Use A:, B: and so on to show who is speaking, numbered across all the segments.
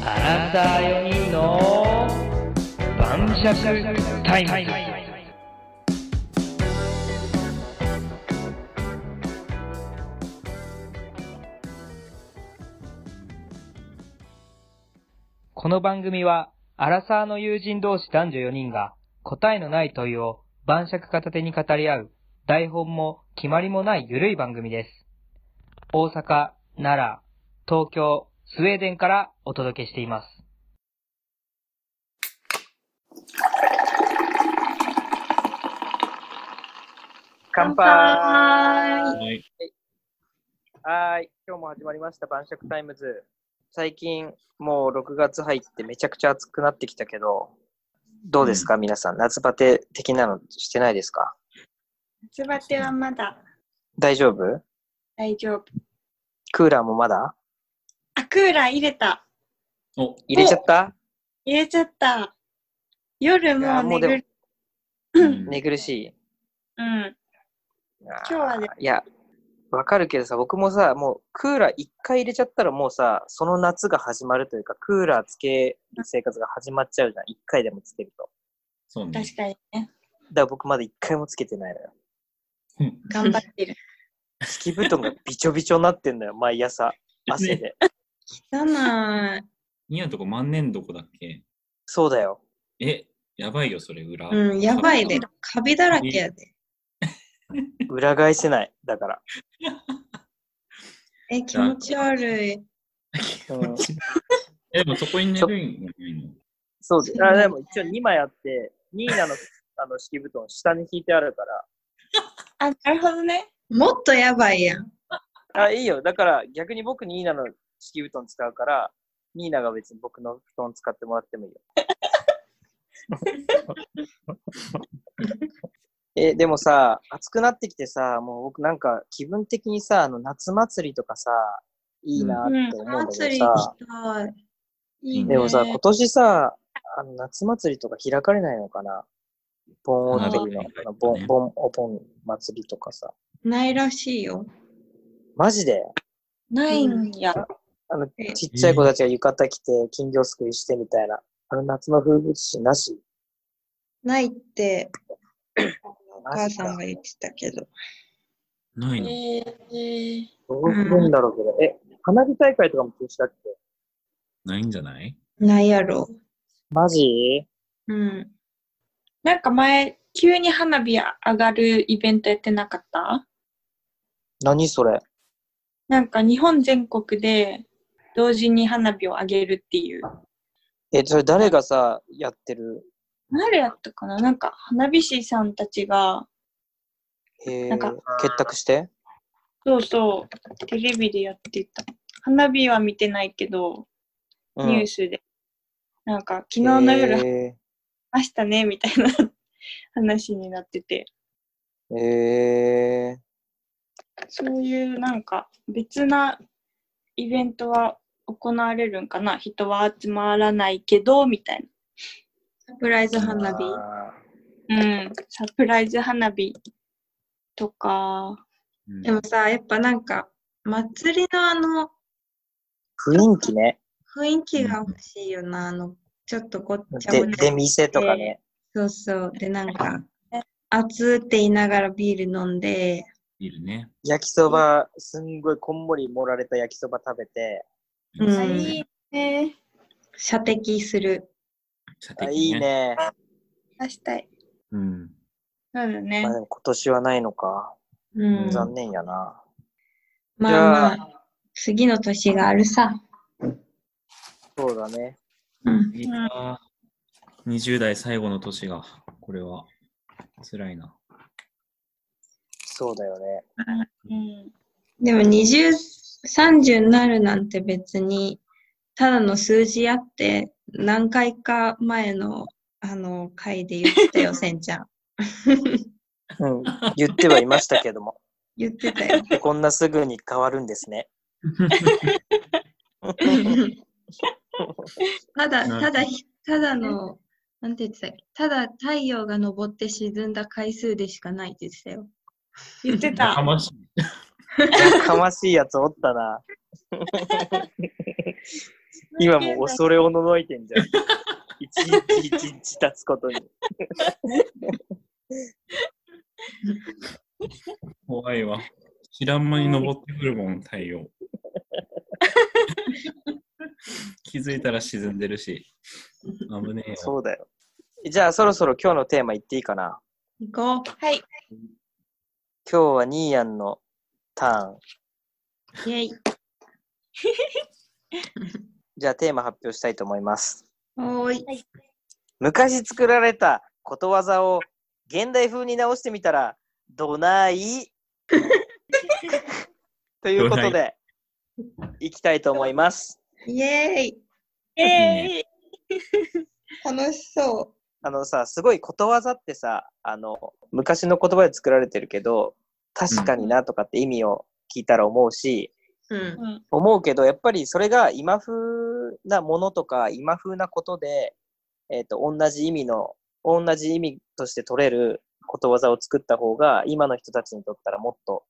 A: ター4人の晩酌タイムこの番組は、アラサーの友人同士男女4人が、答えのない問いを晩酌片手に語り合う、台本も決まりもないゆるい番組です。大阪、奈良、東京、スウェーデンからお届けしています。乾杯
B: は
C: はい。
A: はーい、今日も始まりました、晩酌タイムズ。最近、もう6月入ってめちゃくちゃ暑くなってきたけど、どうですか、皆さん、夏バテ的なのしてないですか
B: 夏バテはまだ
A: 大丈夫
B: 大丈夫。
A: クーラーもまだ
B: あ、クーラー入れた。
C: お、
A: 入れちゃった
B: 入れちゃった。夜
A: いや
B: も
A: ーも
B: 寝
A: うでも
B: ぐる。
A: 寝苦しい。
B: うん。
A: 今
B: 日はね
A: いや、わかるけどさ、僕もさ、もうクーラー1回入れちゃったらもうさ、その夏が始まるというか、クーラーつける生活が始まっちゃうじゃん、1回でもつけると。
C: そうね。
B: 確かにね。
A: だから僕まだ1回もつけてないのよ。
C: うん
B: 頑張っ てる。
A: 敷布団がびちょびちょになってん のよ、毎朝、汗で。
B: 汚い。
C: ニアのとこ万年床だっけ
A: そうだよ。
C: え、やばいよ、それ裏。
D: うん、やばいで。カビだらけやで。
A: 裏返せない。だから。
D: え、気持ち悪い。
A: うん
C: え、でもそこに寝るんじゃないの
A: そうです。あでも一応2枚あって、ニーナのあの敷布団下に引いてあるか
B: あ、なるほどね。
D: もっとやばいやん。
A: ら。あ、いいよ。だから逆に僕ニーナの敷布団使うから、ニーナが別に僕の布団使ってもらってもいいよ。 え、でもさ、暑くなってきてさ、もう僕なんか気分的にさ、あの夏祭りとかさ、いいなって思うんだ
D: 祭
A: けど
D: り
A: さ、
D: 行きたい。いいね。
A: でもさ、今年さ、あの夏祭りとか開かれないのかな盆踊りの
C: あー、
A: あの盆、盆、お盆祭りとかさ。
D: ないらしいよ。
A: マジで
B: ないんや。
A: あの、
D: え
A: ちっちゃい子たちが浴衣着て、金魚すくいしてみたいな。あの夏の風物詩なし
D: ないって、お
A: マ
D: 母
A: ジか
D: さんが言ってたけど。
C: ないの。
B: え
A: どうするんだろうけど、え、花火大会とかも中止だって。
C: ないんじゃない
D: ないやろ。
A: マジ
D: うん。
B: なんか前、急に花火上がるイベントやってなかった
A: 何それ
B: なんか日本全国で同時に花火を上げるっていう。
A: え、それ誰がさ、やってる
B: 誰やったかななんか花火師さんたちが、
A: え
B: なん
A: ー
B: か、
A: 結託して
B: そうそう、テレビでやってた。花火は見てないけど、
A: うん
B: ニュースで、なんか昨日の夜話
A: え
B: したねみたいな 話になってて、
A: ー、え
B: そういうなんか別なイベントは行われるんかな人は集まらないけど、みたい
D: サプライズ
A: ー、
D: 花火。
A: あ
B: な。うん。サプライズ花火とか、
C: うん
D: でもさ、やっぱなんか、祭りのあの、
A: ー雰囲気ね。
D: 雰囲気が欲しいよな。あの、ちょっとごっちゃ
A: で、
D: ごち
A: 出
D: ゃ。
A: 店とかね。
D: そうそう。で、なんか、暑って言いながらビール飲んで、
C: いるね。
A: 焼きそば、すんごいこんもり盛られた焼きそば食べて、
D: うん
B: あいいね。
D: 射的する。
C: 射
A: あ
C: 的
A: いい。ね。
B: 出したい。
C: うん。
B: そうだね
A: まあ、。でも今年はないのか。
D: うん。
A: 残念やな。
D: ま
A: じ
D: あ
A: ゃ
D: まあ、次の年があるさ。
A: そうだね。
D: うん。
C: いいな。20代最後の年が、これは、辛いな。
A: そうだよね。
B: うん。
D: でも20、30になるなんて別に、ただの数字あって、何回か前の、あの、回で言ったよ、せんちゃん。
A: うん。言ってはいましたけども。
D: 言ってたよ。
A: こんなすぐに変わるんですね。
D: ただ、
C: なるほど
D: ただ、ただの、なんて言ってたっけただ太陽が昇って沈んだ回数でしかないって言ってたよ。
B: 言って
C: やか
B: た。
C: ましい。
A: やかましいやつおったな。今もう恐れおののいてんじゃん。一日一日経つことに。
C: 怖いわ。知らん間に登ってくるもん、太 陽。気づいたら沈んでるし。危ねえよ。
A: そうだよ。じゃあそろそろ今日のテーマいっていいかな。
D: 行こう。
B: はい。
A: 今日はニーヤンのターン。
D: イェイ。
A: じゃあテーマ発表したいと思います。
D: おーい。
A: 昔作られたことわざを現代風に直してみたら、どないということ
C: ど
A: で、いきたいと思います。
D: イェーイ。
B: ええ
D: 楽しそ
A: あのさ、すごいことわざってさ、あの、昔の言葉で作られてるけど、確かになとかって意味を聞いたら思うし、
D: う。うん。
B: うん。
A: 思うけど、やっぱりそれが今風なものとか、今風なことで、えっ、と、同じ意味の、同じ意味として取れることわざを作った方が、今の人たちにとったらもっと、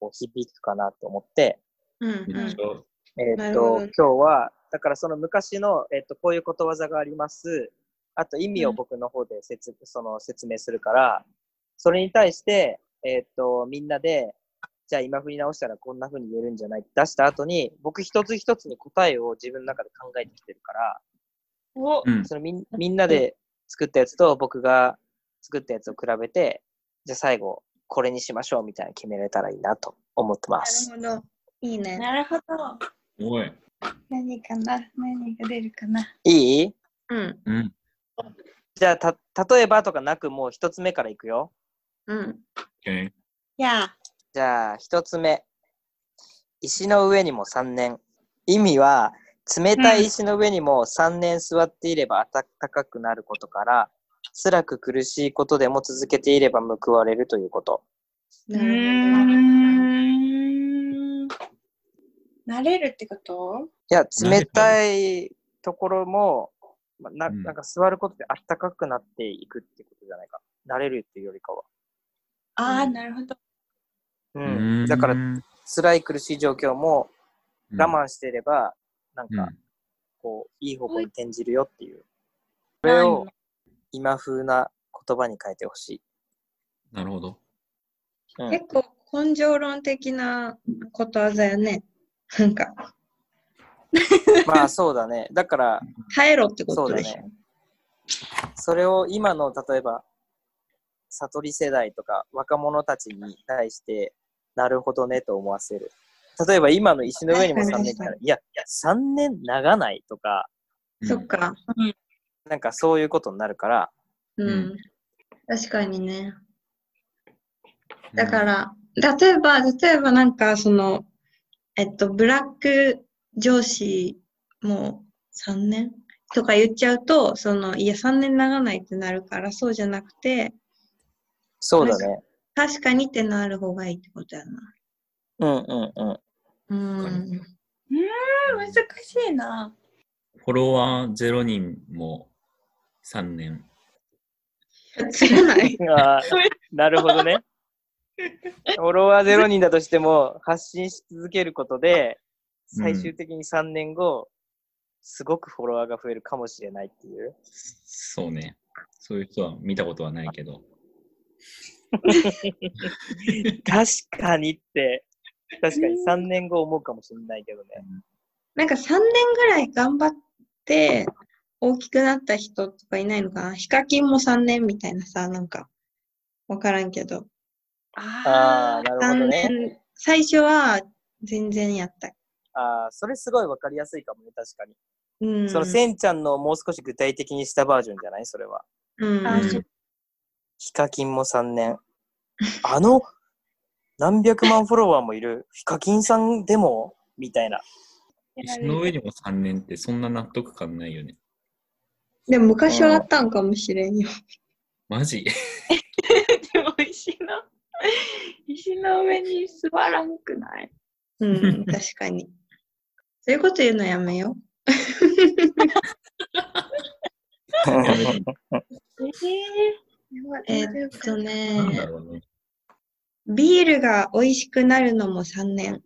A: こう、響くかなと思って、
D: うんう
C: めっ
D: ん
C: ち。ゃ
A: え
D: な
A: っ
D: るほ
A: と、
D: ど
A: 今日は、だからその昔の、えっと、こういうことわざがあります。あと意味を
D: うん
A: 僕の方で説,、その説明するから、それに対して、えっと、みんなで、じゃあ今振り直したらこんな風に言えるんじゃないって出した後に、僕一つ一つに答えを自分の中で考えてきてるから、
B: お、
C: うん。
A: そのみんみんなで作ったやつと僕が作ったやつを比べて、じゃあ最後、これにしましょうみたいなの決めれたらいいなと思ってます。
D: なるほど。いいね。
B: なるほど。
C: おい。
B: 何かな何が出るかな。
A: いい
D: うん。
C: うん。
A: じゃあ、た、例えばとかなく、もう一つ目からいくよ。
D: うん。
C: OK
B: いや
A: じゃあ、一つ目。石の上にも3年。意味は、冷たい石の上にも3年座っていれば暖かくなることから、辛く苦しいことでも続けていれば報われるということ。
B: ー。う
D: なる
B: ーん。慣れるってこと
A: いや、冷たいところも、まな
C: うん
A: なんか座ることで暖かくなっていくってことじゃないか。慣れるっていうよりかは。
B: ああ、なるほど。
A: うん。だから、辛い苦しい状況も我慢していれば、なん
C: うん
A: か、こう、いい方向に転じるよっていう。そ
B: はい
A: れを今風な言葉に変えてほしい。
C: なるほど。
A: う
D: ほど。
A: ん
D: 結構根性論的なことわざよね。なんか、
A: まあそうだね。だから、
D: 耐えろってこ
A: そう
D: と
A: だ
D: でし
A: ね。それを今の、例えば、悟り世代とか若者たちに対して、なるほどねと思わせる。例えば今の石の上にも3年ってあるいや、いや3年長ないとか、
D: ょ。そっか。
A: なんかそういうことになるから、
D: う。
C: うん
D: 確かにね。
C: うん
D: だか、ら、例えば、例えばなんか、その、えっと、ブラック上司も3年とか言っちゃうと、その、いや、3年ならないってなるから、そうじゃなくて、
A: そうだね。
D: 確かにってなる方がいいってことやな。
A: うんうんうん。
C: 確
D: う
C: か
D: ん。
B: うん難しいな。
C: フォロワー0人も3年。
D: つらない。
A: あーなるほどね。フォロワー0人だとしても、発信し続けることで、最終的に3年後、すごくフォロワーが増えるかもしれないっていう。
C: そうね。そういう人は見たことはないけど。
A: 確かにって、確かに3年後思うかもしれないけどね。
D: なんか3年ぐらい頑張って、大きくなった人とかいないのかなヒカキンも3年みたいなさ、なんか、わからんけど。
A: ああ、
B: ああ。
A: なるほど
D: 3
A: ね。
D: 年、最初は全然やった。
A: ああ、それすごいわかりやすいかもね、確かに。
D: うん。
A: その、せんちゃんのもう少し具体的にしたバージョンじゃないそれは。
D: うん。
B: あそっ
A: ヒカキンも3年。あの、何百万フォロワーもいるヒカキンさんでもみたいな。
C: 石の上にも3年ってそんな納得感ないよね。
D: でも昔はあったんかもしれんよ。
C: マジ
B: でも石の、石の上に座らんくない
D: うん、 確かに。そういうこと言うのやめよ
B: え
D: う。
B: え
D: えーっと
C: なんだ
D: ね、
C: ろうね。
D: ビールが美味しくなるのも3年。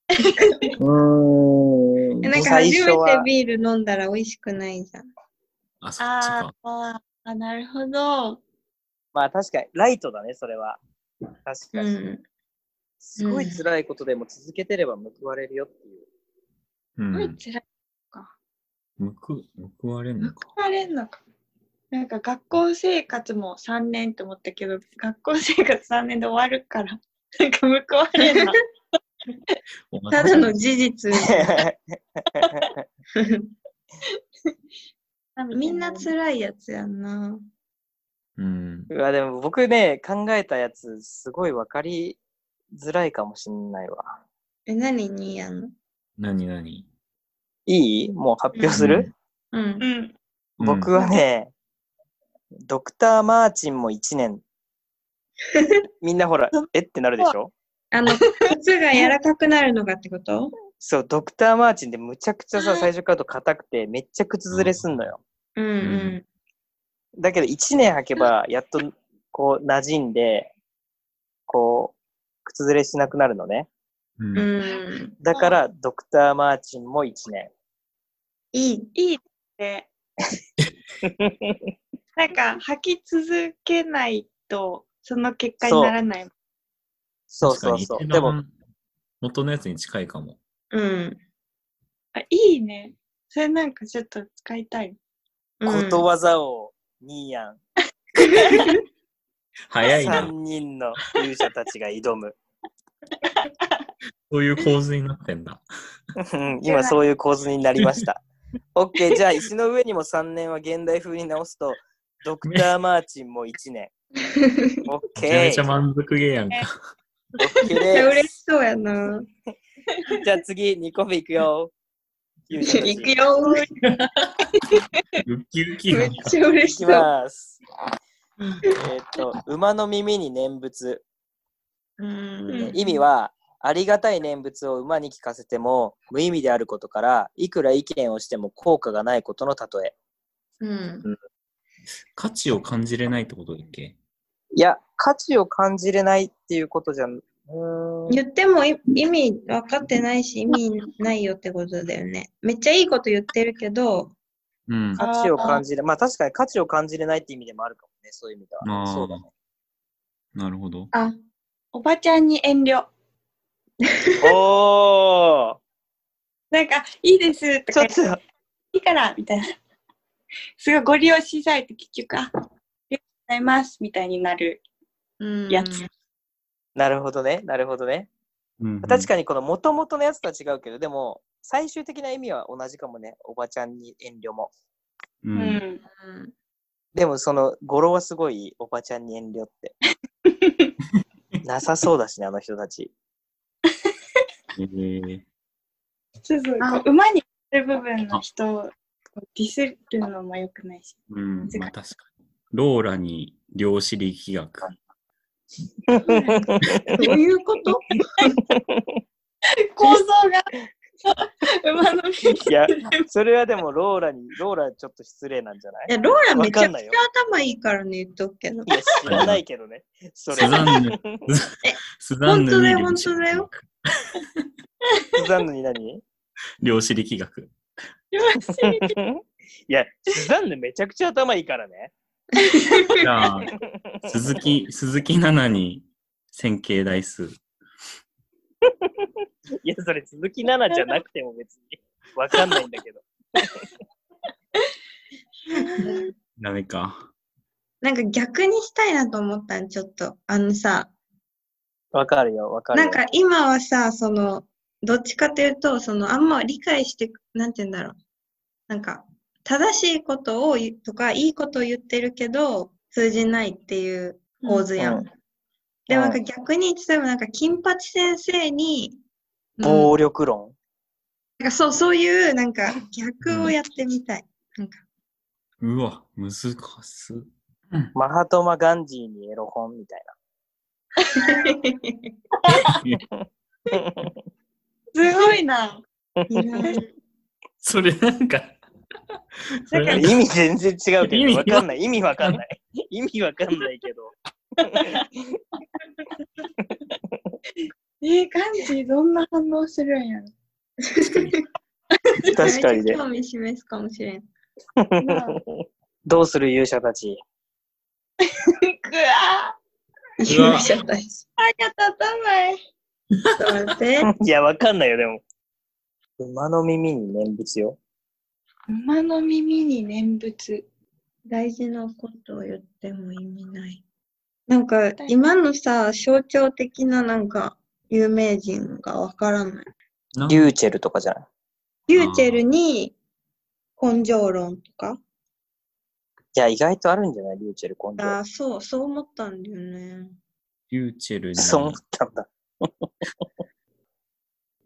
A: うーん。うん
D: えなんか
A: 最
D: 初
A: 初
D: めて
A: は
D: ビール飲んだら美味しくないじゃん。
C: あ、そっち
B: あ
C: か
B: ー。あーあ、なるほど。
A: まあ確かに、ライトだね、それは。確か
D: う
A: に。
D: ん。
A: すごい辛いことでも続けてれば報われるよっていう。
C: う
B: すご
C: ん
B: い。辛い。
C: 報報われんのか。
B: 報われんのか。なんか学校生活も3年って思ったけど、学校生活3年で終わるから、 なんか報われんの。
D: ただの事実。 みんな辛いやつやんな。
C: うん。
A: うわ、でも僕ね、考えたやつ、すごい分かりづらいかもしんないわ。
D: え、何にやんの
C: 何何
A: いいもう発表する、
D: うん
B: う。ん。
C: うん
A: 僕はね、ドクター・マーチンも1年。 みんなほら、えってなるでしょ
D: あ の、靴が柔らかくなるのかってこと
A: そう、ドクター・マーチンってむちゃくちゃさ、
B: うん
A: 最初からと硬くて、めっちゃ靴ずれすんのよ。
D: うん
C: ん
A: だけど1年履けば、やっと、こう、馴染んで、こう、靴ずれしなくなるのね。
C: う。
D: うん。うんん。
A: だから、ドクター・マーチンも1年。
D: いい。
B: いいって。なんか履き続けないと、その結果にならない。
A: そうそうそ
C: 確か
A: う。
C: に
A: でも、、
C: 元のやつに近いかも。
D: うん。
B: あいいね。それなんかちょっと使いたい。
A: ことわざを、ニーヤン、
C: 早いな。
A: 3人の勇者たちが挑む。
C: そういう構図になってんだ。
A: うん今そういう構図になりま した。OK、じゃあ石の上にも3年は現代風に直すと、ドクター・マーチンも1年。
C: めちゃめ
A: OK
C: ちゃ。満足げやんか。
A: OK
D: めっちゃ
A: で
D: 嬉しそうやな。
A: すじゃあ次、2個目いくよ。勇者たち
D: 行くよ。
C: ウッキウキ
D: め
C: や
D: っ
C: んか。
D: ちゃ嬉
A: い
D: し
A: き
D: そう。
A: ます。えーっと、馬の耳に念仏。
D: うん
A: 意味は、ありがたい念仏を馬に聞かせても無意味であることから、いくら意見をしても効果がないことの例え。
D: うん。
C: 価値を感じれないってことだっけ
A: いや、価値を感じれないっていうことじゃん。うーん
D: 言ってもい意味分かってないし、意味ないよってことだよね。めっちゃいいこと言ってるけど、
C: うん。
A: 価値を感じれ、まあ確かに価値を感じれないって意味でもあるかもね、そういう意味で
C: あ
A: は。
C: ー
A: そうだね。
C: なるほど。
D: あ、
B: おばちゃんに遠慮。
A: お
B: なんか、いいですと
A: ーちょ
B: か
A: っ、と、
B: いいからみたいな。 すごいご利用しづらいと結局、あ、ありがとうございますみたいになる。
D: うん。
B: やつ
A: なるほどね、なるほどね。
C: うん
A: 確かにこの元々のやつとは違うけど、でも、最終的な意味は同じかもね、おばちゃんに遠慮も。
C: う。
B: うんん。
D: うん
A: でもその語呂はすごいおばちゃんに遠慮 って。なさそうだしね、あの人た ち。
C: えー
B: そうそう。こう馬に乗る部分の人をディスるのも良くないし。
C: うん。まあ確かに。ローラに量子力学。
D: どういう こと
B: 構造が馬 の耳
A: いや、それはでもローラに、ローラちょっと失礼なんじゃない
D: いや、ローラめち
A: わか
D: ゃ
A: ん
D: く
A: ない
D: ちゃ
A: よ
D: 頭いいからね、言っとくけど
A: い。や、知らないけどね。そ
C: ス
A: れ、
C: ザンヌ。 スザンヌに量子
D: 本当だよ
C: 力
D: 本
C: 学。
A: スザンヌに何
C: 量子力学。
A: いや、スザンヌめちゃくちゃ頭いいからね。
C: じ ゃあ、鈴木、鈴木奈々に線形代数。
A: いや、それ鈴木奈々じゃなくても別にわかんないんだけど。
C: ダメか。
D: なんか逆にしたいなと思ったん、ちょっと。あのさ、
A: わかるよ、わかる
D: な
A: よ。
D: んか今はさ、その、どっちかというと、その、あんま理解して、なんて言うんだろう。なんか、正しいことを言うとか、いいことを言ってるけど、通じないっていう構図やん。
A: うん
D: でもなん
A: う
D: か
A: ん
D: 逆に、例えばなんか、金八先生に、うん
A: 暴力論。
D: なんかそう、そういう、なんか、逆をやって みたい。なんか、
C: うわ、難 しす。
A: マハトマ・ガンジーにエロ本みたいな。
B: すごいな。
D: いらん
C: それなんか、それなんか
A: 意味全然違うけ
C: 意
A: ど、
C: 味
A: わかんない。意味わかんない。意味わかんないけど。
B: えー、ガンジーどんな反応するんやろ。
A: 確かに
D: めっち
A: ね
D: ゃ。興味示すかもしれん。
B: な
A: どうする勇者たち。
B: くわ
C: うわ
D: 勇者たち。
B: ー早く立たない。
D: ちょっと待って。
A: いや、わかんないよ、でも。馬の耳に念仏よ。
B: 馬の耳に念仏。
D: 大事なことを言っても意味ない。なんか、今のさ、象徴的ななんか、有名人がわからない。
C: な
A: リューチェルとかじゃない。
D: リューチェルに、根性論とか。
A: いや、意外とあるんじゃないリューチェル、今度。
D: ああ、そう、そう思ったんだよね。
C: リューチェルに。
A: そう思ったんだ。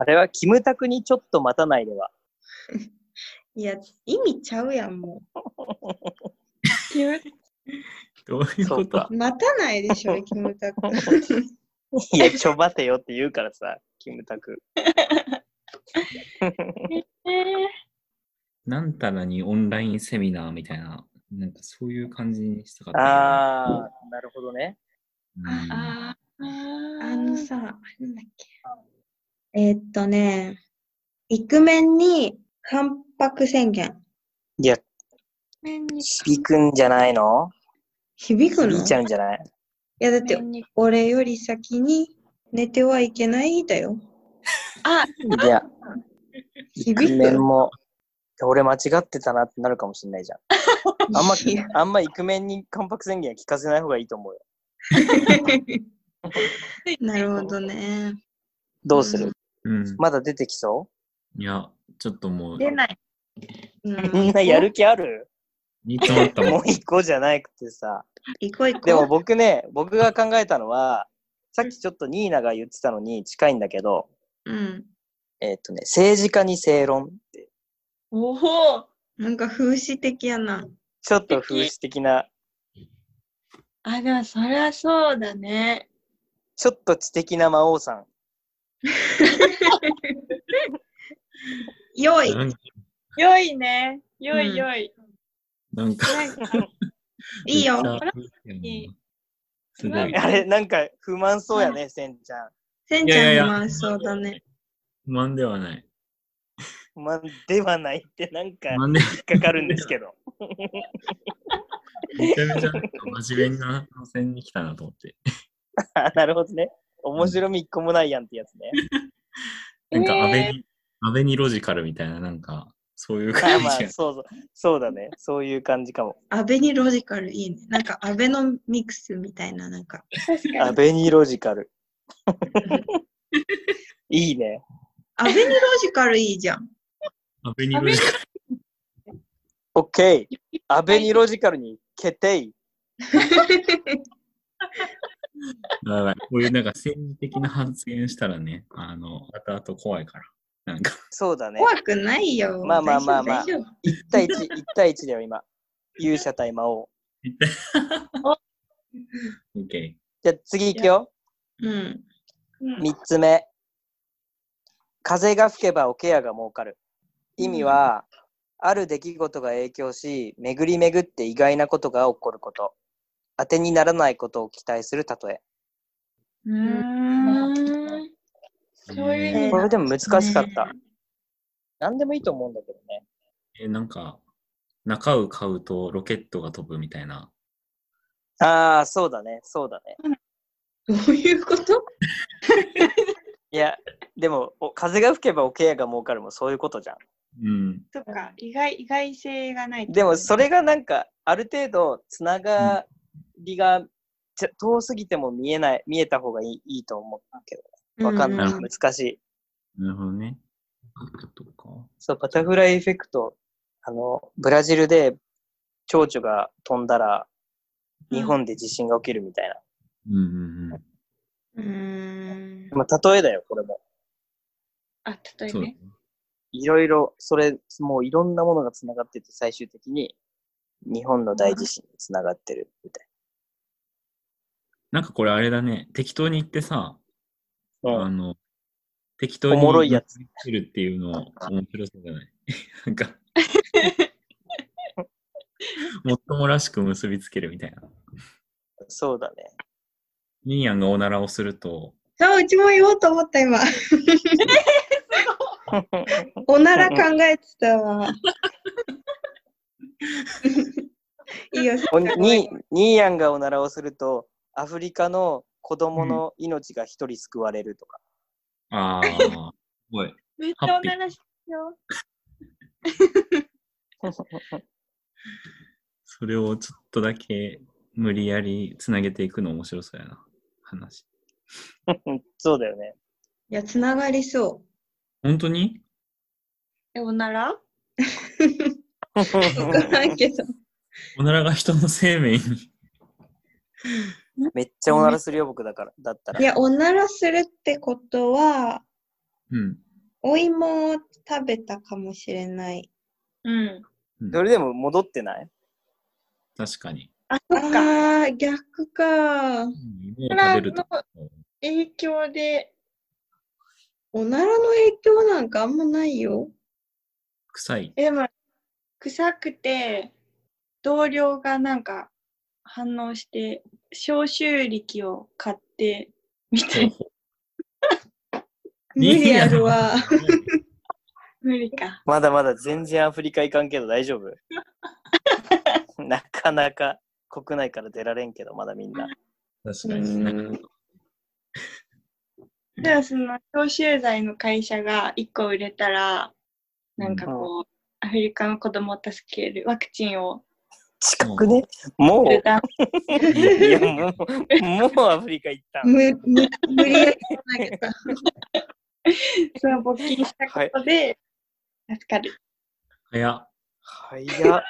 A: あれは、キムタクにちょっと待たないでは。
D: いや、意味ちゃうやん、も
C: どういう
A: そ
C: こ
A: う
C: と
A: か
D: う。待たないで しょ、キム タク。
A: いや、ちょ待てよって言うからさ、キムタク。
B: えー
C: なんたらにオンラインセミナーみたいな、なんかそういう感じにしたかった。
A: あー、なるほどね。
C: うん
B: あー
D: あのさ、なんだっけ。えーっとね、イクメンに関白宣言。
A: いや、響くんじゃないの
D: 響くの
A: 響いちゃ
D: い
A: うんじゃない
D: や、だっ
B: 念
D: て、
B: に
D: 俺より先に寝てはいけないだよ。
A: いや、
D: 響
A: イクメン
D: く。
A: も、俺間違ってたなってなるかもしれないじゃん。あんま
D: いや
A: あんまイクメンに関白宣言は聞かせない方がいいと思うよ。
D: なるほどね。
A: どうする、
D: う
C: うん。
A: まだ出てきそ
C: いや、ちょっともう、
B: 出ない。
D: う
A: うみんなやる気ある
C: 煮詰まったもん
A: もう一個じゃなくてさ。
D: 行こう行こう。
A: でも僕ね、僕が考えたのは、さっきちょっとニーナが言ってたのに近いんだけど、
D: うん。
A: えっ、とね、政治家に正論って、
B: おお
D: なんか風刺的やな。
A: ちょっと風刺的な、
B: あ、でもそりゃそうだね。
A: ちょっと知的な魔王さん。
D: よい
C: なんか
B: 良いね。良
D: うん
B: い良い。
C: なんか、
B: なんか、
D: いいよ。
B: いい
C: すごい。
A: あれ、なんか不満そうやね、センちゃん。
D: せん
C: い
D: ち
C: やいやい
D: ゃ
C: や
D: んの満そうだね。
C: 不満ではない。
A: 不満ではないってなんか
C: 不満では
A: 引っかかるんですけど。
C: めちゃめちゃなんか真面目な路線に来たなと思って。
A: あなるほどね。面白み一個もないやんってやつね。
C: なんか、安倍
B: え
C: に、安倍にロジカルみたいな、なんか、そういう
A: あ
C: 感
A: まあ
C: じが、。
A: そうそう。そうだね。そういう感じかも。
D: アベニロジカルいいね。なんかアベノミクスみたいな、なん か。
B: 確か
A: ア
B: に。
A: ベニロジカル。いいね。
D: アベニロジカルいいじゃん。
C: 安倍にロジカル。
A: オッケー。アベニロジカルに決定。
C: やばいこういうなんか政治的な発言したらね、あの、後々怖いから。なんか、
A: そうだね。
D: 怖くないよ。
A: まあまあまあまあ
D: 大丈夫大丈夫
A: 1対1、1対1だよ、今。勇者対魔王。
C: OK。
A: じゃあ次行くよ。
D: うん。
B: うん
A: 3つ目。風が吹けば桶屋が儲かる。意味は、ある出来事が影響し、巡り巡って意外なことが起こること。当てにならないことを期待する例え。
B: うーん。そういう意味
D: え
A: これでも難しかった。何でもいいと思うんだけどね。
C: えー、なんか、中を買うとロケットが飛ぶみたいな。
A: ああ、そうだね、そうだね。
D: どういうこと
A: いや、でも、お風が吹けばおケ屋が儲かるもそういうことじゃ
C: うん。
B: とか、意外、意外性がない。
A: ん。でも、それがなんか、ある程度、つながりが、ちょ遠すぎても見えない、見えた方がいいいいと思うけど、わかんない。
D: う
A: 難しい。
C: なるほどね。とか。
A: そう、バタフライエフェクト。あの、ブラジルで蝶々が飛んだら、日本で地震が起きるみたいな。
C: うんうんうん。
D: うーん。
A: まあ、例えだよ、これも。
B: あ、例え
C: そう
B: ば
C: だね
B: ね。。
A: いろいろ、それ、もういろんなものがつながってて、最終的に日本の大地震につながってるみたい
C: なんかこれあれだね。適当に言ってさ、
A: な。
C: あの、適当に
A: おもろいや
C: つ知るっていうの面白そうじゃない なんか、もっともらしく結びつけるみたいな。
A: そうだね。
C: ミーヤンがおならをすると、
D: あ、うちも言おうと思った、今。おなら考えてたわ。いいよ、
A: おに、ニーヤンがおならをすると、アフリカの子供の命が一人救われるとか。
C: ああ、すごい。
B: めっ
C: ちゃおな
B: らしてよ。
C: それをちょっとだけ無理やりつなげていくの面白そうやな。話。
A: そうだよね。
D: いや、つながりそ
C: 本当に
B: え、おなら
D: う。わからんけど。
C: おならが人の生命に。
A: めっちゃおならするよ、僕だから。だったら。
D: いや、おならするってことは、
C: うん。
D: お芋を食べたかもしれない。
B: うん。
C: うん
A: それでも戻ってない
C: 確かに。
B: あ、そっか。
D: ああ、逆か。
C: うん芋を食べると。
B: 影響で、
D: おならの影響なんかあんまないよ。
C: 臭い。
B: えでも、臭くて、同僚がなんか反応して、消臭力を買って、みたいな。
D: 無理あるわ。
B: 無理か。
A: まだまだ全然アフリカ行かんけど大丈夫。 なかなか国内から出られんけど、まだみんな。
C: 確かに。なんか
B: じゃあ、その消臭剤の会社が1個売れたら、なんかこう、アフリカの子供を助けるワクチンを
A: 近くね。も
B: 売れ
A: う、
B: た。
A: いや、もう、もうアフリカ行ったん。
D: むむ無理やり投げた。
B: その募金したことで、助かる。
C: 早っ。
A: 早っ。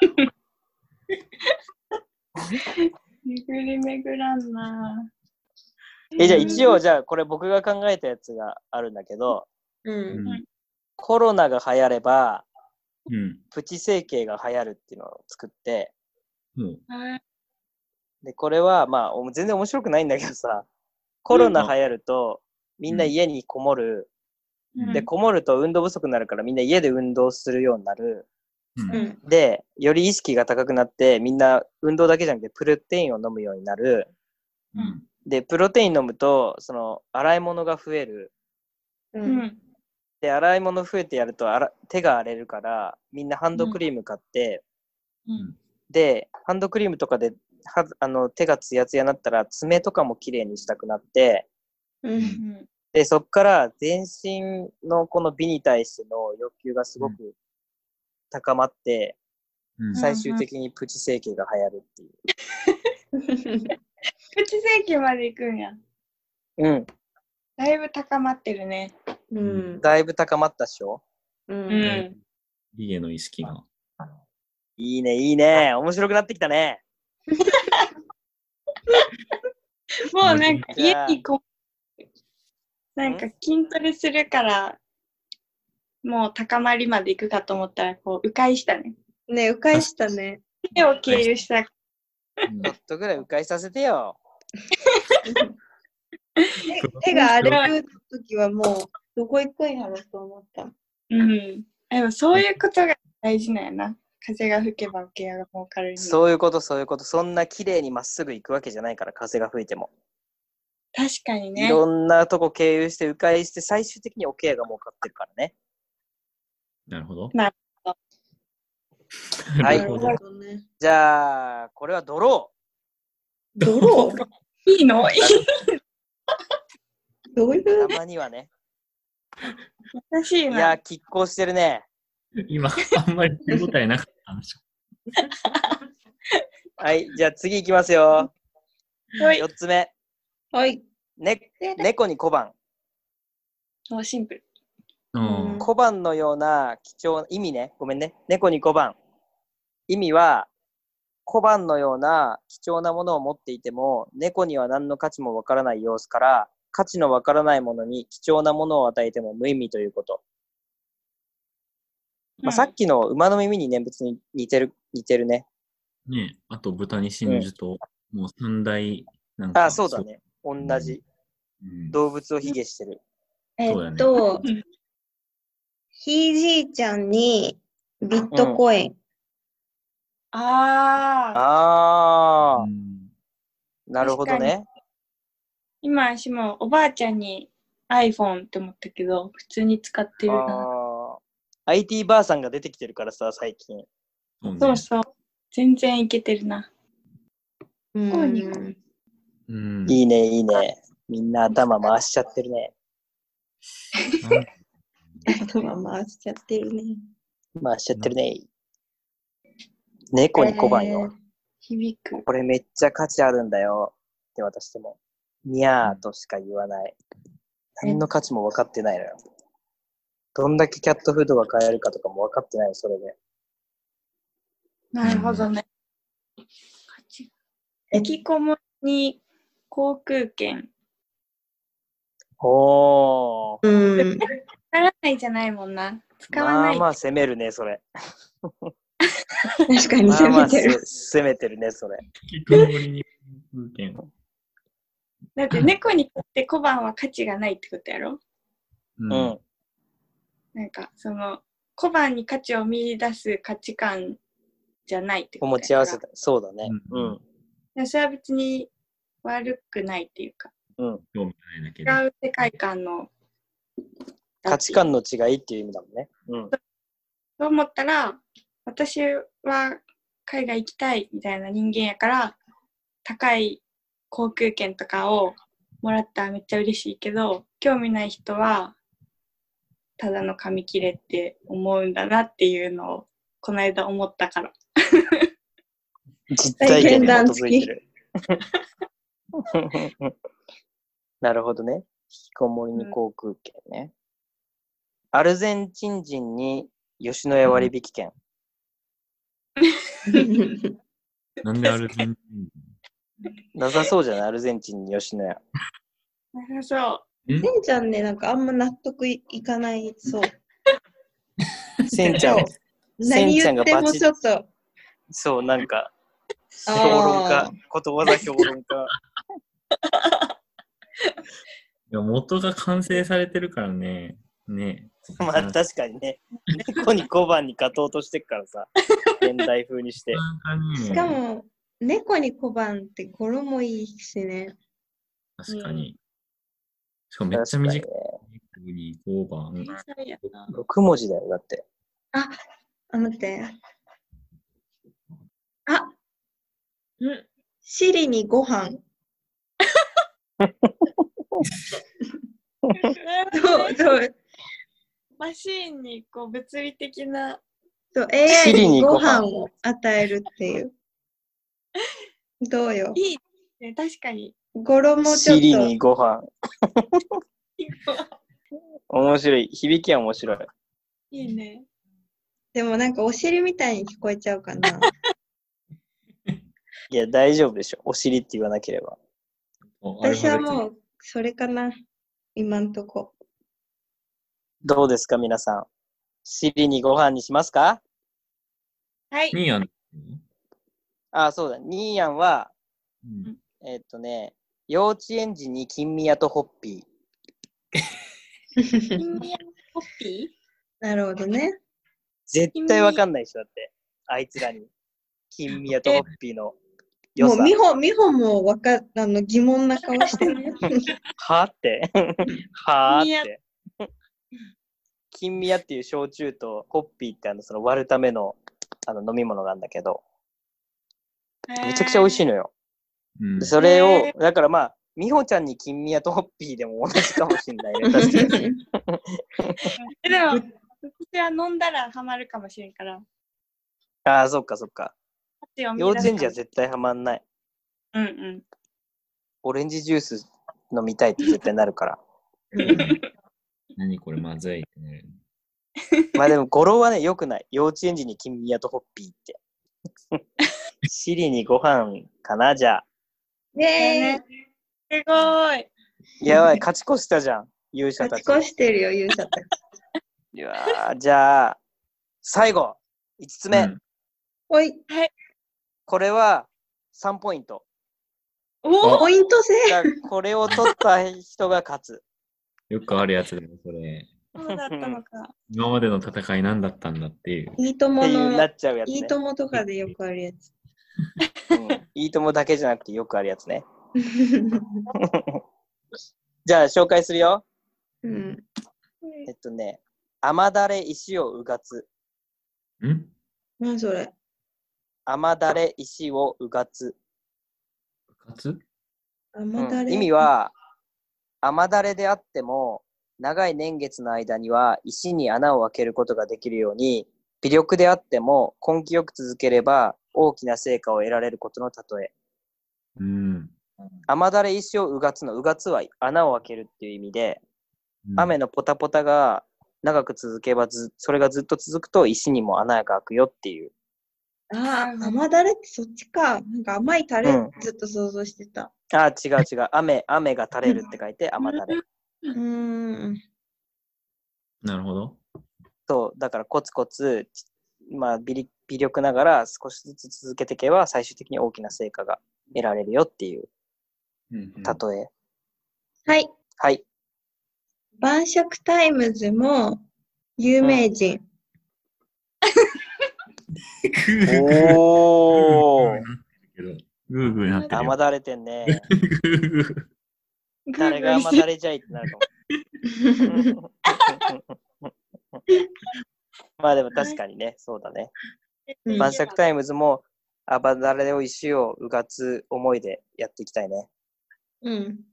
B: 巡り巡らんなぁ
A: え、じゃあ一応、じゃあこれ僕が考えたやつがあるんだけど、
D: うん。
C: うん
A: コロナが流行れば、
C: うん。
A: プチ整形が流行るっていうのを作って、
C: もう、
B: あ
A: で、これはまあ、お全然面白くないんだけどさ、コロナ流行ると、みんな家にこもる。
B: うん
A: で、こもると運動不足になるから、みんな家で運動するようになる。
C: うん
D: う。ん。
A: で、より意識が高くなって、みんな運動だけじゃなくて、プロテインを飲むようになる。
C: うん。
A: で、プロテイン飲むと、その、洗い物が増える。
D: う。
B: うんん。
A: で、洗い物増えてやるとあら、手が荒れるから、みんなハンドクリーム買って、
B: うん
A: で、ハンドクリームとかで、はあの手がツヤツヤになったら、爪とかも綺麗にしたくなって、
D: うん
C: ん
A: で、そっから全身のこの美に対しての欲求がすごく高まって、
C: うん
A: 最終的にプチ整形が流行るっていう。
B: プチ整形まで行くんや。
A: うん、
B: だいぶ高まってるね。
D: うん。
A: だいぶ高まったっしょ
D: う。
B: うんん。
C: 美への意識が。
A: いいね、いいね。面白くなってきたね。
B: もうなんか
A: じ
B: 家
A: ゃあ
B: にこなんか筋トレするから、もう高まりまで行くかと思ったら、こう、迂回したね。
D: ねえ、迂回したね。
B: 手を経由した。
C: うん
A: ちょっとぐらい迂回させてよ。
D: 手手が荒れる時はもう、どこ行くんやろと思った。
B: うん。でもそういうことが大事なんやな。風が吹けば桶屋が儲かるに。
A: そういうこと、そういうこと。そんな綺麗にまっすぐ行くわけじゃないから、風が吹いても。
B: 確かに
A: い
B: ね。
A: ろんなとこ経由して、迂回して、最終的におケアが儲かってるからね。
C: なるほど。
B: なるほ
A: は
C: どないるほど
D: なる。ほどね。
A: じゃあ、これはドロ
D: ドロー
B: いいのいい
D: どうい
A: ー。
D: う
A: たまにはね。
B: らしい
A: い
B: な。
A: や、拮抗してるね。
C: 今、あんまり手応えなかったんでしょ。
A: はい、じゃあ次行きますよ。
B: はい
A: 4つ目。
D: はい。
A: ね、猫に小判。
B: もうシンプル。
C: うん。
A: 小判のような貴重な、意味ね。ごめんね。猫に小判。意味は、小判のような貴重なものを持っていても、猫には何の価値もわからない様子から、価値のわからないものに貴重なものを与えても無意味ということ。まあ、さっきの馬の耳に念仏に似てる、似てるね。
C: ねえあと豚に真珠と、もう三大、なんか。
A: あ、そうだね。同じ。
C: うん。
A: 動物を卑下してる。
D: え
C: そうだね
D: っと、ひいじいちゃんにビットコイン。
B: ああ、
A: あ
C: う
A: ー、
C: ん
A: なるほどね。
B: 今私もおばあちゃんに iPhone って思ったけど、普通に使ってるな。
A: あ IT ばあさんが出てきてるからさ、最近。
C: そうね
B: そうそう。全然いけてるな。
D: うん
B: こうにこ
C: うん。
A: いいね、いいね。みんな頭回しちゃってるね。
C: なん
D: 頭回しちゃってるね。
A: 回しちゃってるね。猫に小判よ。
B: 響く。
A: これめっちゃ価値あるんだよ。って渡しても。にゃーとしか言わない。何の価値も分かってないのよ。どんだけキャットフードが買えるかとかも分かってないの、それで。
B: なるほどね。
D: え
B: 引きこもりに航空券。
A: おー。
D: えーうん。
B: ならないじゃないもんな。使わ
A: ま
B: な
A: あ
B: い。
A: まあ攻めるね、それ。
D: 確かに
A: まあま
D: 攻
A: あ
D: めてる。
A: せ攻めてるね、それ。
C: 引きこもりに風景を
B: だって猫にとって小判は価値がないってことやろ
C: う。
A: うんん。
B: なんかその小判に価値を見出す価値観じゃないって
A: お
B: こと
A: 持
B: や
A: ち合わせだ。そうだね。
C: う
A: うんん。
B: せそれは別に悪くないっていうか
A: うん。
C: 興味ないだけで。
B: 違う世界観の
A: 価値観の違いっていう意味だもんね。うん。
B: と思ったら私は海外行きたいみたいな人間やから高い航空券とかをもらったらめっちゃ嬉しいけど興味ない人はただの紙切れって思うんだなっていうのをこの間思ったから
A: 実体験に基づいてる。 なるほどね。引きこもりに航空券ね。アルゼンチン人に吉野家割引券。
C: なんでアルゼンチン
A: なさそうじゃないアルゼンチンに吉野家。
B: なさそう
D: せんちゃんね、なんかあんま納得いいかないそう。
A: せんちゃん、
D: 何
A: せんちゃんが
D: 言って
A: バ
D: も
A: チ
D: ちょっと。
A: そう、なんか、評
D: あー
A: 論家、ことわざ評論家。
C: いや元が完成されてるからね。ね。
A: まあ確かにね、猫に小判に勝とうとしてっからさ、現代風にして。
C: なかなかね
D: しかも、猫に小判って語呂もいいしね。
C: 確かに。しかもめっちゃ短い。特に5番。
B: 小さいやな
A: 6文字だよ、だって。
D: あ、待って。あ、
B: うん
D: シリにご飯。そう、そう、
B: マシーンにこう物理的な
D: そう、
A: シ
D: AI
A: リ
D: に
A: に
D: ご
A: ご
D: 飯
A: 飯
D: を与えるっていう。どうよ。
B: いい、ね、確かに
D: 語呂もちょ
A: シリ
D: っ
A: にご飯。面白い。響きは面白い。
B: いいね
D: と、でもなんかお尻みたいに聞こえちゃうか な。
A: いや、大丈夫でしょ。お尻って言わなければ。
D: 私はも
C: う。
D: う、それかな。今んと こ。
A: どうですか、皆さん。シリにご飯にしますか
B: はい
C: 2やん。
A: あ、そうだ。ニーヤンは、
C: うん
A: えっとね、幼稚園児に金宮とホッピー。
B: 金宮のホッピ
D: なるほどね。
A: 絶対わかんないでしょ、だって。あいつらに。金宮とホッピーの良
D: もう
A: さ
D: 美。穂、美穂もわかあの疑問な顔してね。
A: はって。はー
B: 金宮
A: って。金宮っていう焼酎とホッピーってあのその割るためのあの飲み物なんだけど、
B: ー
A: めちゃくちゃ美味しいのよ。
C: うん
A: でそれを
B: へ、
A: だからまあ、美穂ちゃんに金宮とホッピーでも同じかもしれない ね。確かに。
B: えでも私は飲んだらハマるかもしれんから
A: ああ、そっかそっか。
B: 価値を見出
A: 幼
B: す
A: 稚園児は絶対ハマんない。
B: うんうん
A: オレンジジュース飲みたいって絶対なるから。
C: 何これまずいってなる。
A: まあでも語呂はね、良くない。幼稚園児に金宮とホッピーって。 シリにご飯かな、じゃあ。
D: ね
B: すごーい
A: やばい、勝ち越したじゃん、勇
D: え、
A: 者た
D: 勝
A: ち。
D: ち越してるよ、勇者 たち。
A: いやーじゃあ、最後、5つ目。
C: うん
D: おい、
A: これは3ポイント。
B: おお
D: ポイント制。
A: だからこれを取った人が勝つ。
C: よくあるやつだよ、それ。
B: そうだったのか
C: 今までの戦い何だったんだっていう。
D: いいと
A: っ
D: も
A: ていうな
D: の、
A: っちゃうやつ、ね。
D: いいともとかでよくある やつ。
A: うんいいともだけじゃなくてよくあるやつね。 じゃあ紹介するよ。
D: うん。
A: えっとね、雨だれ石をうがつ。
C: ん
D: 何それ
A: 雨だれ石をうがつ。
C: 部活
A: うん
D: 雨だれ、
A: 意味は、雨だれであっても、長い年月の間には石に穴を開けることができるように、微力であっても根気よく続ければ大きな成果を得られることの例え。
C: うん。
A: 雨だれ石をうがつの、うがつは穴を開けるっていう意味で、
C: うん
A: 雨のポタポタが長く続けばず、それがずっと続くと石にも穴が開くよっていう。
D: ああ、甘だれってそっちか。なんか甘いタレ
A: うん
D: ずっと想像してた。
A: あー、違う 違う。雨、雨が垂れるって書いて雨だれ。
D: うーん。
C: なるほど。
A: そう、だからコツコツ、ちまあ微力、微力ながら少しずつ続けていけば、最終的に大きな成果が得られるよっていう
C: うんう
A: 例
C: ん
A: え。
D: はい。
A: はい。
D: 晩酌タイムズも有名人。
C: グーグー
A: お ー。
C: グーグーになってるけど。グーグーになってる
A: 甘
C: よ。
A: だれてんね。
C: グーグー。
A: 誰が甘だれじゃいってなるか も。 まあでも確かにね、そうだね。
D: う ん
A: 晩酌タイムズも、甘だれを石をうがつ思いでやっていきたい ね。
D: うん。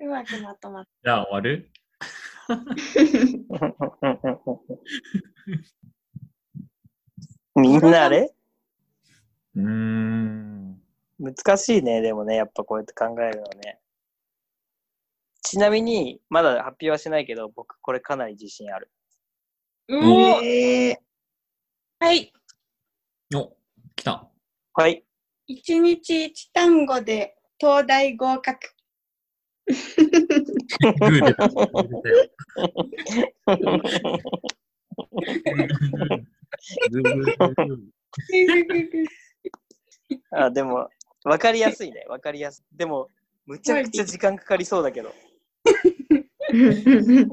B: うまくまとまっ
C: じゃあ終わる
A: みんなあれ
C: うーん。
A: 難しいね、でもね、やっぱこうやって考えるのはね。ちなみに、まだ発表はしないけど、僕、これかなり自信ある。
B: た。う
C: お
B: お
D: え
B: はい。
C: お、来た。
A: はい。
B: 一日一単語で東大 合格。
C: グー出た。グー出たよグーグーグーグー
A: あでも、わかりやすいね、わかりやすい。でも、むちゃくちゃ時間かかりそうだけど。
D: ー。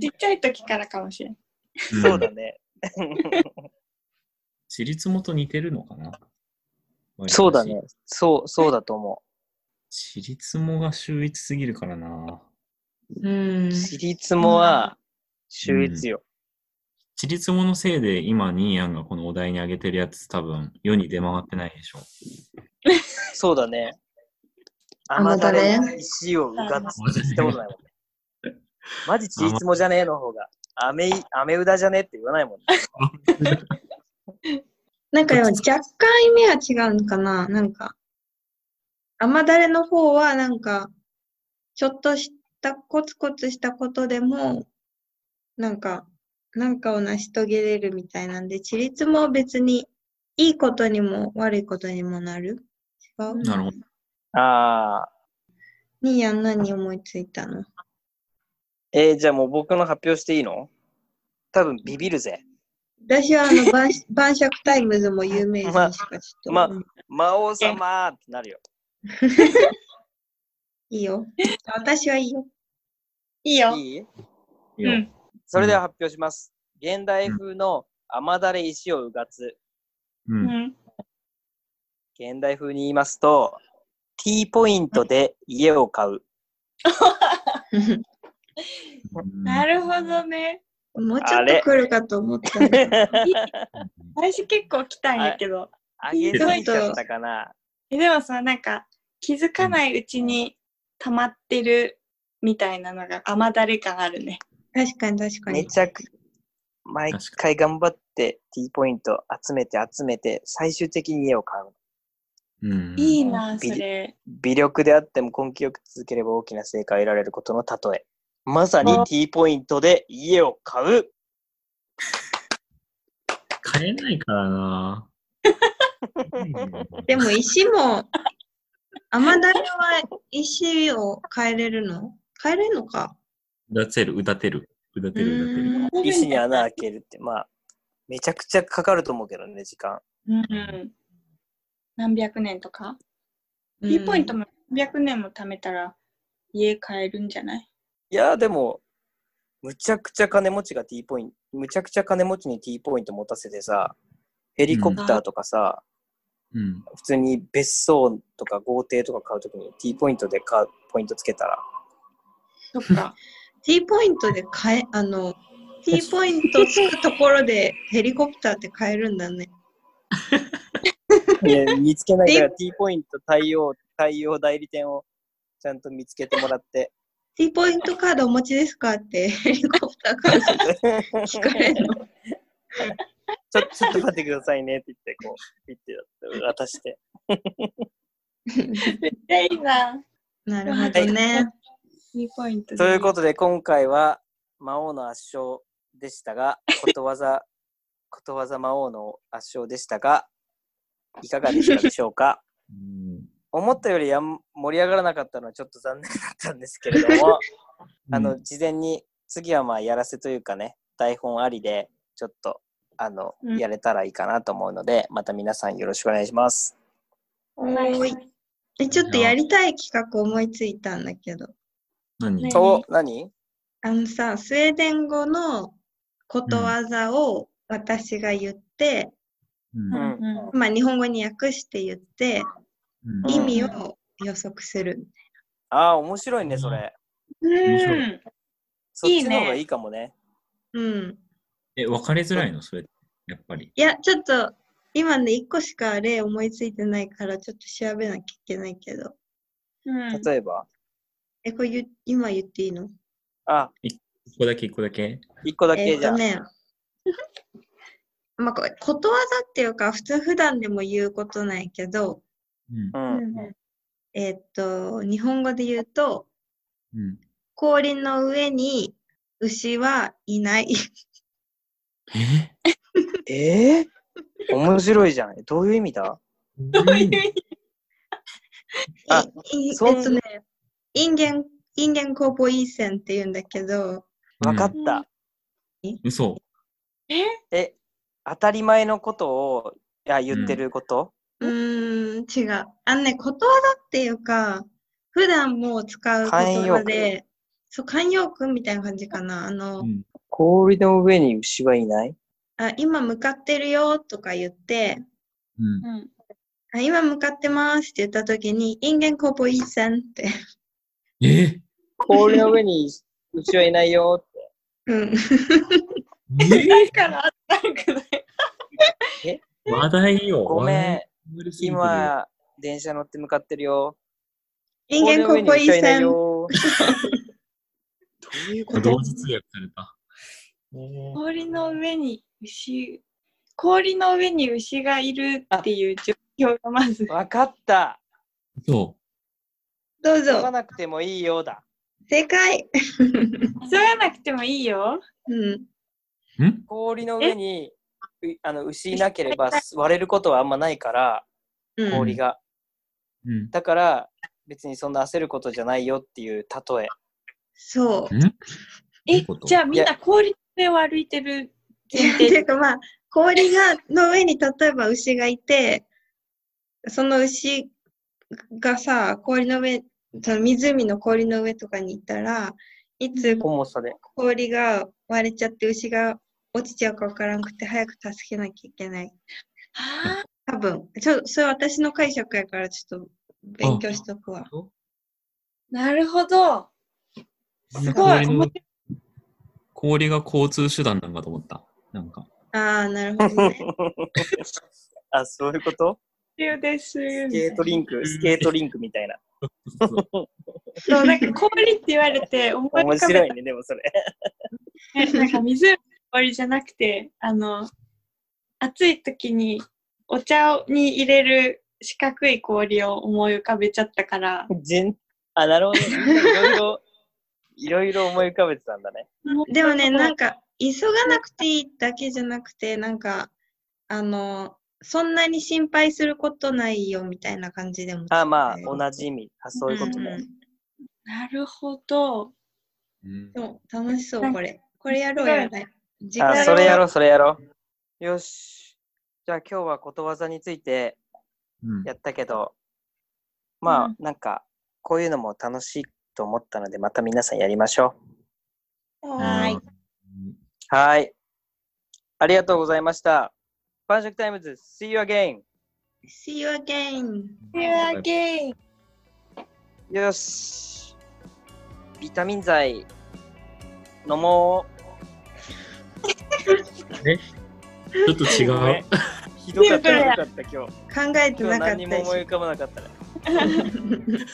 B: ちっちゃい時からかもしれない。
A: そうだね。
C: 私立もと似てるのかな
A: そうだね。。そう、そうだと思
C: 私立もが秀逸すぎるからな。
D: うん
A: う。。私立もは、秀逸よ。
C: 私立ものせいで今、ニーヤンがこのお題にあげてるやつ多分世に出回ってないでしょ。
A: そうだね。
D: 甘だれ
A: 甘石をうがつって聞いたことないもんね。 マジちいつもじゃねえの方が。あめ、あめうだじゃねえって言わないもんね。
D: なんかでも若干意味は違うのかななんか。甘だれの方はなんか、ちょっとしたコツコツしたことでも、なんか、なんかを成し遂げれるみたいなんで、自立も別にいいことにも悪いことにもなる違う
C: なるほど。
A: ああ。
D: にやん何思いついたの
A: えー、じゃあもう僕の発表していいの多分ビビるぜ。
D: 私はあ の晩晩酌タイムズも有名人しかちょっと、
A: ま
D: うん
A: 魔王様ってなるよ。
D: いいよ。私はいい よ。
B: いいよ。
A: いい
C: いいよ
B: うん
A: それでは発表します。現代風の甘だれ石をうがつ。
C: う。
B: うんん。
A: 現代風に言いますと、T ポイントで家を買う。
B: なるほどね。
D: もうちょっと来るかと思ったんだけど。
B: 私結構来たんやけど。
A: あげすぎちゃったかな。
B: えでもさ、なんか気づかないうちに溜まってるみたいなのが甘だれ感あるね。
D: 確かに確か
A: め
D: に。
A: ちゃく毎回頑張って T ポイント集めて集めて最終的に家を買う。
C: うん。
B: い
C: い
B: いな、それ。
A: 微力であっても根気よく続ければ大きな成果を得られることの例え。まさに
B: あ
A: T ポイントで家を買う。
C: 買えないからな。
D: でも石も、甘だれは石を変えれるの変えれるのか。
C: うだてる、うだてる。うだ
D: う
C: てる、うだてる。
D: ーん。
A: 石に穴開けるって、まあ、めちゃくちゃかかると思うけどね、時間。
B: うん。何百年とか。
D: うん
B: T ポイントも何百年も貯めたら家買えるんじゃない
A: いやー、でも、むちゃくちゃ金持ちが T ポイント、むちゃくちゃ金持ちに T ポイント持たせてさ、ヘリコプターとかさ、
C: うん。
A: 普通に別荘と か豪邸とか買うときに T ポイントでかポイントつけたら、
B: そっか。
D: T ポイントで買え、あの、T ポイントつくところでヘリコプターって買えるんだね。
A: いや見つけないから T ポイント対応、対応代理店をちゃんと見つけてもらって。
D: T ポイントカードお持ちですかってヘリコプターか ら
A: ちょ
D: 聞かれるの。
A: ちょっと待ってくださいねって言って、こう、ピッてやって渡して。
B: めっちゃいいな。
D: なるほどね。
B: 2ポイント
A: ということとで、今回は魔王の圧勝でしたが、ことわざ、 ことわざ魔王の圧勝でしたが、いかがでしたでしょうか
C: うん
A: 思ったよりやん盛り上がらなかったのはちょっと残念だったんですけれども、あの、事前に次はまあやらせというかね、台本ありで、ちょっと、あの、
B: うん
A: やれたらいいかなと思うので、また皆さんよろしくお願いします。
B: はい
D: えちょっとやりたい企画思いついたんだけど。
C: 何
B: ね
C: そ
A: お、何
D: あのさ、スウェーデン語のことわざを私が言って、
C: うん
A: うん
B: うん
D: まあ日本語に訳して言って、
C: うん
D: 意味を予測する。
A: ああ、面白いね、それ。
C: 面
B: う
C: 白
B: ん。
A: そっちの方がいいかもね。
D: うん。
C: え、分かりづらいのそれ、やっぱり。
D: いや、ちょっと、今ね、一個しか例思いついてないから、ちょっと調べなきゃいけないけど。
B: うん
A: 例えば、
D: え、これ言今言っていいの
A: あ、
C: 一個だけ、一個だけ。
A: 一個だ
D: え
A: け
D: っ
A: じゃ
D: と
A: ん。
D: ね、 まあこれ、ことわざっていうか、普通普段でも言うことないけど、
C: うん
A: う。
B: うん
A: ん。
D: えっと、日本語で言うと、
C: うん、
D: 氷の上に牛はいない。
C: え
A: ええ面白いじゃん。どういう意味だ
C: どういう意味
A: あ
D: いい
A: そん
D: えっとね、インゲン、インゲンコーポイーセンって言うんだけど、
A: わかった。
C: 嘘。
A: え、当たり前のことをいや言ってること、
D: うーん、違う。あのね、ことわざっていうか、普段もう使う言葉
A: 慣
D: で、そう、慣用句みたいな感じかな。あの、
C: うん
A: 氷の上に牛はいない
D: あ今向かってるよとか言って、
C: うん
B: うん
D: あ今向かってますって言った時に、インゲンコーポイーセンって。
C: え
A: 氷の上に牛はいないよって。
D: うん。
B: だからあったんくない
C: 話題よ。
A: ごめん
C: 話題になりすぎてる。
A: 今、電車乗って向かってるよ。
D: インゲンコーポイーセン。ど
A: よ。どういうこと
C: 同時通訳された。
B: 氷の上に牛氷の上に牛がいるっていう状況がまず
A: わかった。
C: そう
A: 言わ
D: ぞ。
A: なくてもいいようだ。
D: 正解。
B: 急がなくてもいいよ
D: うん。
C: う。ん
A: 氷の上にうあの牛いなければ割れることはあんまないから、
D: うん
C: こう
A: 氷が。
C: うん。
A: だから、別にそんな焦ることじゃないよっていう例え。
D: そう。
C: どう
B: え
C: いうこと
B: じゃあみん
A: い
B: な氷の上を歩いてる
D: いやっていうかまあ氷がの上に例えば牛がいてその牛がさ氷の上その湖の氷の上とかにいたらいつ
A: 重さで。
D: 氷が割れちゃって牛が落ちちゃうかわからんくて早く助けなきゃいけない
B: あ
D: 多分ちょそれ私の解釈やからちょっと勉強しとくわ
B: ーなるほどすごい
C: 氷の氷が交通手段なんかと思った。なんか。
D: ああーなるほど ね
A: あ、そういうこと
B: 必要です
A: スケートリンク、スケートリンクみたいな。
B: そうなんか氷って言われて思
A: 面
B: い浮か
A: 白
B: べ
A: いね、でもそれ。
B: た、ね、なんか湖の氷じゃなくてあの暑い時にお茶をに入れる四角い氷を思い浮かべちゃったから
A: 人あ、なるほど。いろいろ、いろいろ思い浮かべてたんだね。
D: でもね、なんか、急がなくていいだけじゃなくて、なんか、あの、そんなに心配することないよみたいな感じでも。
A: あ、まあ、同じ意味。あ、そういうこと
D: う
A: ね
D: ん。
B: なるほど。
C: うん
D: そう楽しそ
B: は
D: う、
B: い
D: これ。これやろうやない。時
A: あ、
D: 間
A: それや
D: ろ
A: ろう、それやろう。よし。じゃあ今日はことわざについて
C: うん
A: やったけど、まあ
B: うん、
A: なんか、こういうのも楽しいと思ったので、また皆さんやりましょ
B: Oh,
D: う。はー
C: Um,
D: い。。
A: う。はい。ありがとうございました。晩酌タイムズ、See you again!
D: See you again!
B: やゲイ
A: よし。ビタミン剤飲も
C: ちょっと
A: う。
C: 違
A: ごめん
C: う。。
A: ひどかった、
D: シンプル
A: ひ
D: や
A: どかった、今日。
D: 考えて
A: 今日
D: なかっ
A: 何にも
D: た
A: 思い
D: し。
A: 浮かばなかったね。